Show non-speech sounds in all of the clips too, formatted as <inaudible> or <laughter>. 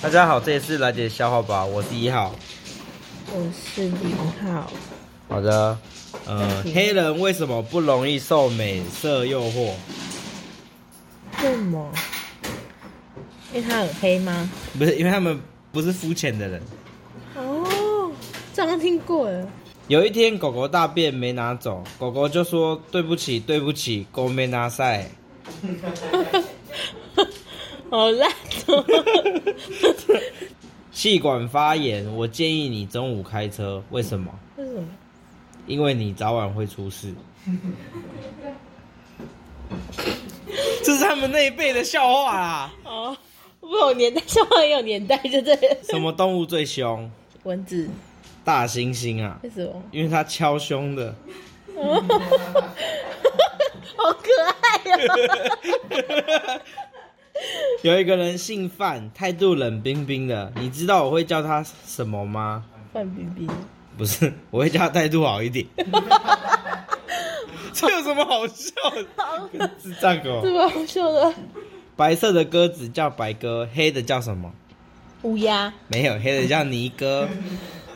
大家好，这里是来姐笑话吧，我是一号。我是零号，好的，呃，黑人为什么不容易受美色诱惑？为什么？因为他很黑吗？不是，因为他们不是肤浅的人。哦，这好像听过了。有一天，狗狗大便没拿走，狗狗就说：“对不起，对不起，狗没拿塞。好烂 <laughs> 哦！”气管发炎，我建议你中午开车。为什么？为什么？因为你早晚会出事。 <laughs> 这是他们那一辈的笑话啊啦。哦，不有年代，笑话也有年代，就对了。什么动物最凶？蚊子？大猩猩啊，为什 <laughs> 么？因为它敲胸的。 <laughs> 哦好可爱哦！有一个人姓范，态度冷冰冰的，你知道我会叫他什么吗？范冰冰，不是，我会叫他态度好一点。 <laughs> 这有什么好笑的？智障狗这。么好笑的白色的鸽子叫白鸽，黑的叫什么？乌鸦？没有，黑的叫尼哥。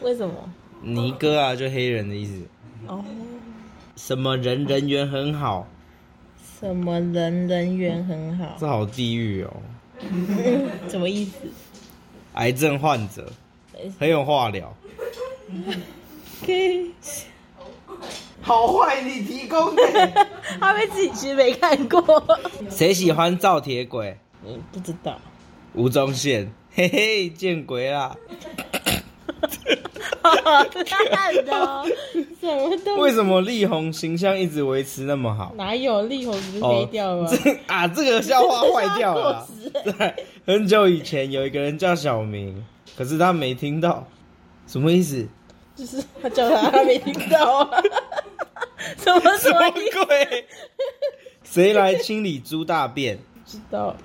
为什么？尼哥啊，就黑人的意思。哦，什么人人缘很好？什么人人缘很 <laughs> 好？这好地狱哦。什么意思？癌症患者很有话聊。可以。好坏你提供的。 <laughs> 他们自己其实没看过。谁喜欢造铁轨？嗯，不知道，吴宗宪，嘿嘿，见鬼 <laughs> 啦！好烂的哦、什么哦都为什么力宏形象一直维持那么好？哦哪有力宏不是飞掉吗？这啊，这个笑话坏掉了啦 <laughs> 这是他的。对，很久以前有一个人叫小明，可是他没听到，什么意思？就是他叫他，他没听到 <laughs> 啊。什么什什么么意思？鬼？谁来清理猪大便？不知道？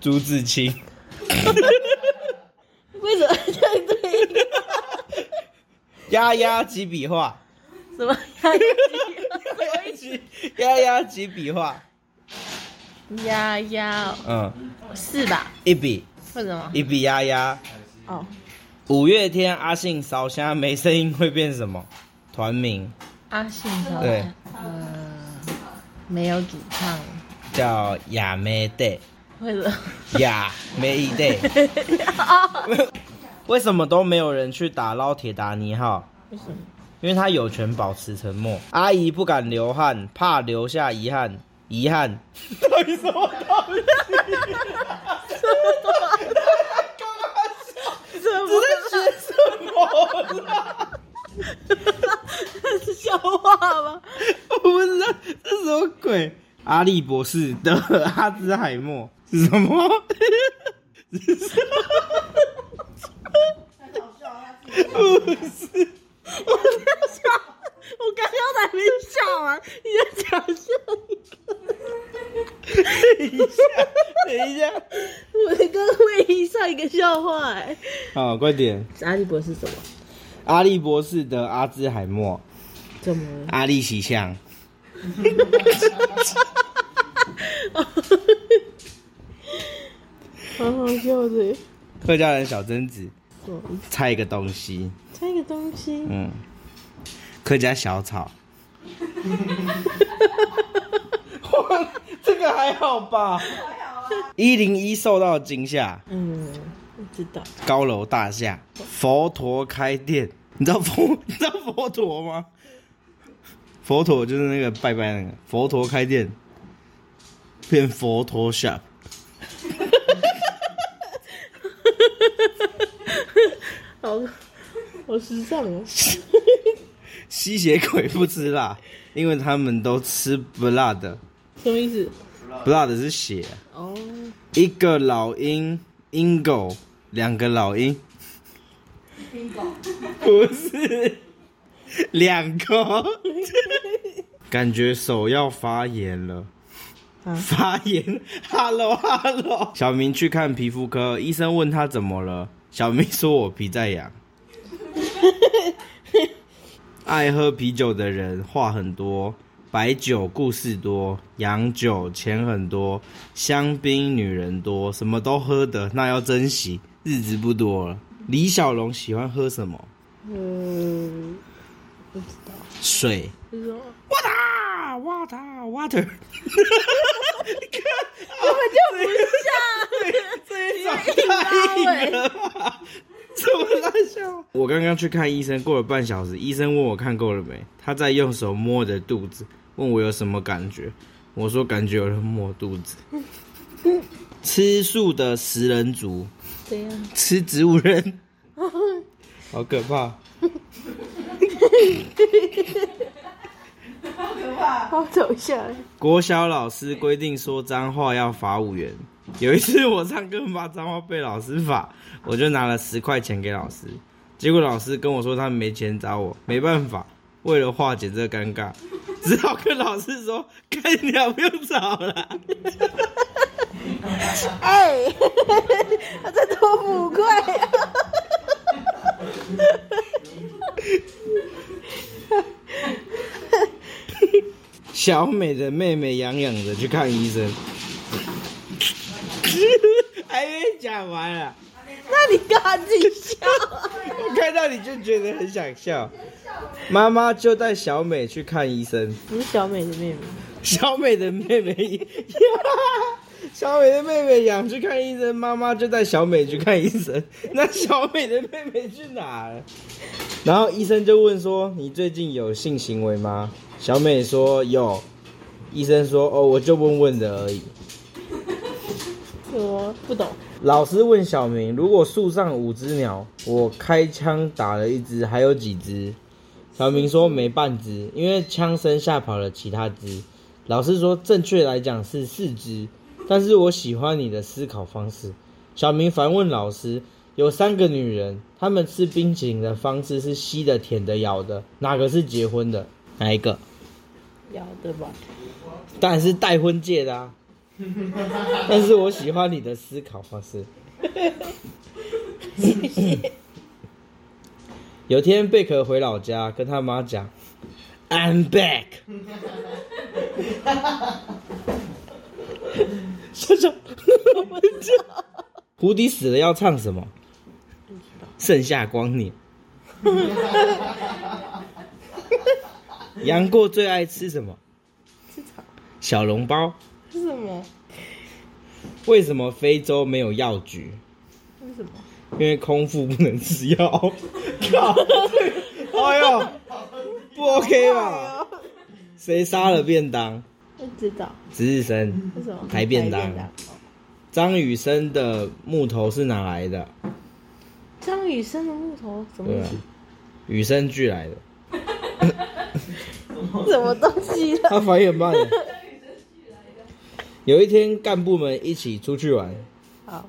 朱自清。 <laughs> 为什么这样对？丫丫几笔画？什么压 <laughs> 压丫丫几笔画？压压？嗯，是吧？一笔为什么？一笔丫丫。哦，五月天阿信烧虾没声音会变什么？团名阿信他对，呃，没有主唱，叫亚美 <laughs> day，为什么？ <laughs> 亚美 day。哦，为什么都没有人去打捞铁达尼号？为什么？因为他有权保持沉默。阿姨不敢流汗，怕留下遗憾。遗憾， <laughs> 到底什么东 <laughs> 西？这什么啦？这是 <laughs> 笑话吗？ <laughs> 我不知道这是什么鬼。阿笠博士的阿兹海默是什么？是什么？不是。我没有笑，我刚刚还没笑完，你在讲笑一等个，一下，等一下，我的刚会议上一个笑话哎、好，快点！阿笠博是什么？阿笠博士的阿兹海默，怎么了？阿笠奇象。 <laughs> 好好笑的，客家人小贞子什么？猜一个东西，猜一个东西，嗯，客家小 <laughs> 炒。这个还好啊吧？一零一受到惊吓，嗯，不知道，高楼大厦，佛陀开店。你知道佛你知道佛陀吗？佛陀就是那个拜拜那个佛陀开店，变佛陀 shop。好，好时尚哦，吸血鬼不吃辣，因为他们都吃不辣的，什么意思？不辣的是血。哦，一个老鹰，鹰狗，两个老鹰，鹰狗，不是，两个，感觉手要发炎了。啊发炎，hello hello。小明去看皮肤科，医生问他怎么了，小明说我皮在痒。爱喝啤酒的人话很多，白酒故事多，洋酒钱很多，香槟女人多，什么都喝的，那要珍惜。日子不多了。李小龙喜欢喝什么？嗯，不知道，水。就是说 Water water water。根本就不 <laughs> 像。这太硬了吧？ <laughs> 怎么啊在笑？欸我刚刚去看医生，过了半小时，医生问我看够了没，他在用手摸我的肚子，问我有什么感觉。我说感觉有人摸我肚子。吃素的食人族，怎样？吃植物人， <laughs> 好可怕。好走下来。国小老师规定说脏话要罚五元。有一次我上课骂脏话被老师罚，我就拿了十块钱给老师，结果老师跟我说他没钱找我，没办法，为了化解这尴尬，只好跟老师说干你俩不用找了。哎、他在偷五块、小美的妹妹痒痒的去看医生，还没讲完啊，那你干嘛自己笑啊？我看到你就觉得很想笑。妈妈就带小美去看医生。不是小美的妹妹，小美的妹妹，小美的妹妹想去看医生，妈妈就带小美去看医生。那小美的妹妹去哪了？然后医生就问说：“你最近有性行为吗？”小美说：“有。”医生说：“哦，我就问问的而已。我不懂。”老师问小明：“如果树上五只鸟，我开枪打了一只，还有几只？”小明说：“没半只，因为枪声吓跑了其他只。”老师说：“正确来讲是四只，但是我喜欢你的思考方式。”小明反问老师：“有三个女人，她们吃冰淇淋的方式是吸的、舔的、咬的，哪个是结婚的？哪一个？要的吧？当然是带婚戒的啊！但是我喜欢你的思考方式。”谢谢。有天贝壳回老家，跟他妈讲，I'm back。笑笑，胡迪死了要唱什么？盛夏光年。杨过最爱吃什么？吃草小笼包。是什么？为什么非洲没有药局？为什么？因为空腹不能吃药。 <laughs> 靠！哎呦，不 OK 吧？谁杀了便当？不知道值日生。为什么？排便当张雨生的木头是哪来的？张雨生的木头什么对东啊西？，与生俱来的。什么东西的？他反应很慢耶。有一天，干部们一起出去玩，好，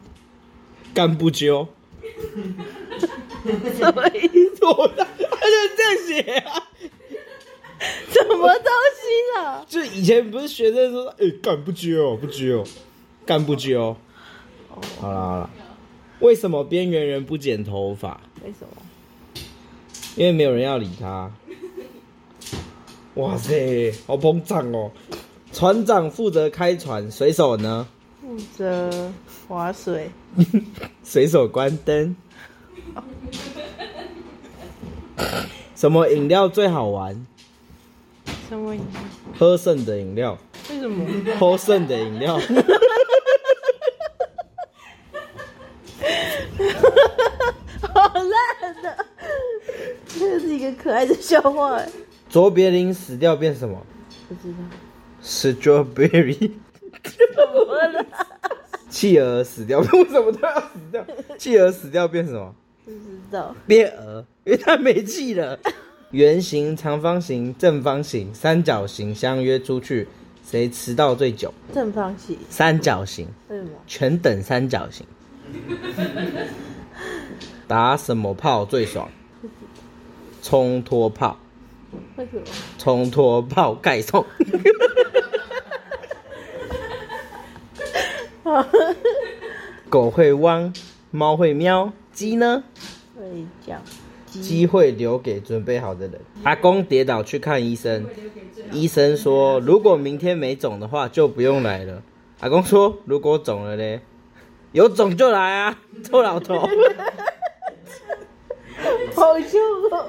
干部揪。 <laughs> 什么意思？我他就这样写啊。什么东西的？就以前不是学生说，哎、干不拘哦，不拘哦，干不拘哦。好啦好啦，为什么边缘人不剪头发？为什么？因为没有人要理他。哇塞，好膨胀哦！船长负责开船，水手呢？ <laughs> 负责划水。水手关灯。什么饮料最好玩？什么？喝剩的饮料，为什么？ <laughs> 喝剩的饮料。 <laughs> 好烂的！这是一个可爱的笑话哎。卓别林死掉变什么不知道。 ？Strawberry。 <laughs> 怎么了？企鹅死掉，为什么都要死掉？企鹅死掉变什么？不知道。变鹅，因为它没气了。圆形、长方形、正方形、三角形相约出去，谁迟到最久？正方形。三角形，为什么？全等三角形。打什么炮最爽？冲脱炮，为什么？冲脱炮盖送。 <laughs> <laughs> 狗会汪，猫会喵，鸡呢？会讲机会留给准备好的人。阿公跌倒去看医生，医生说如果明天没肿的话就不用来了。阿公说如果肿了嘞，有种就来啊，臭老头！好笑哦！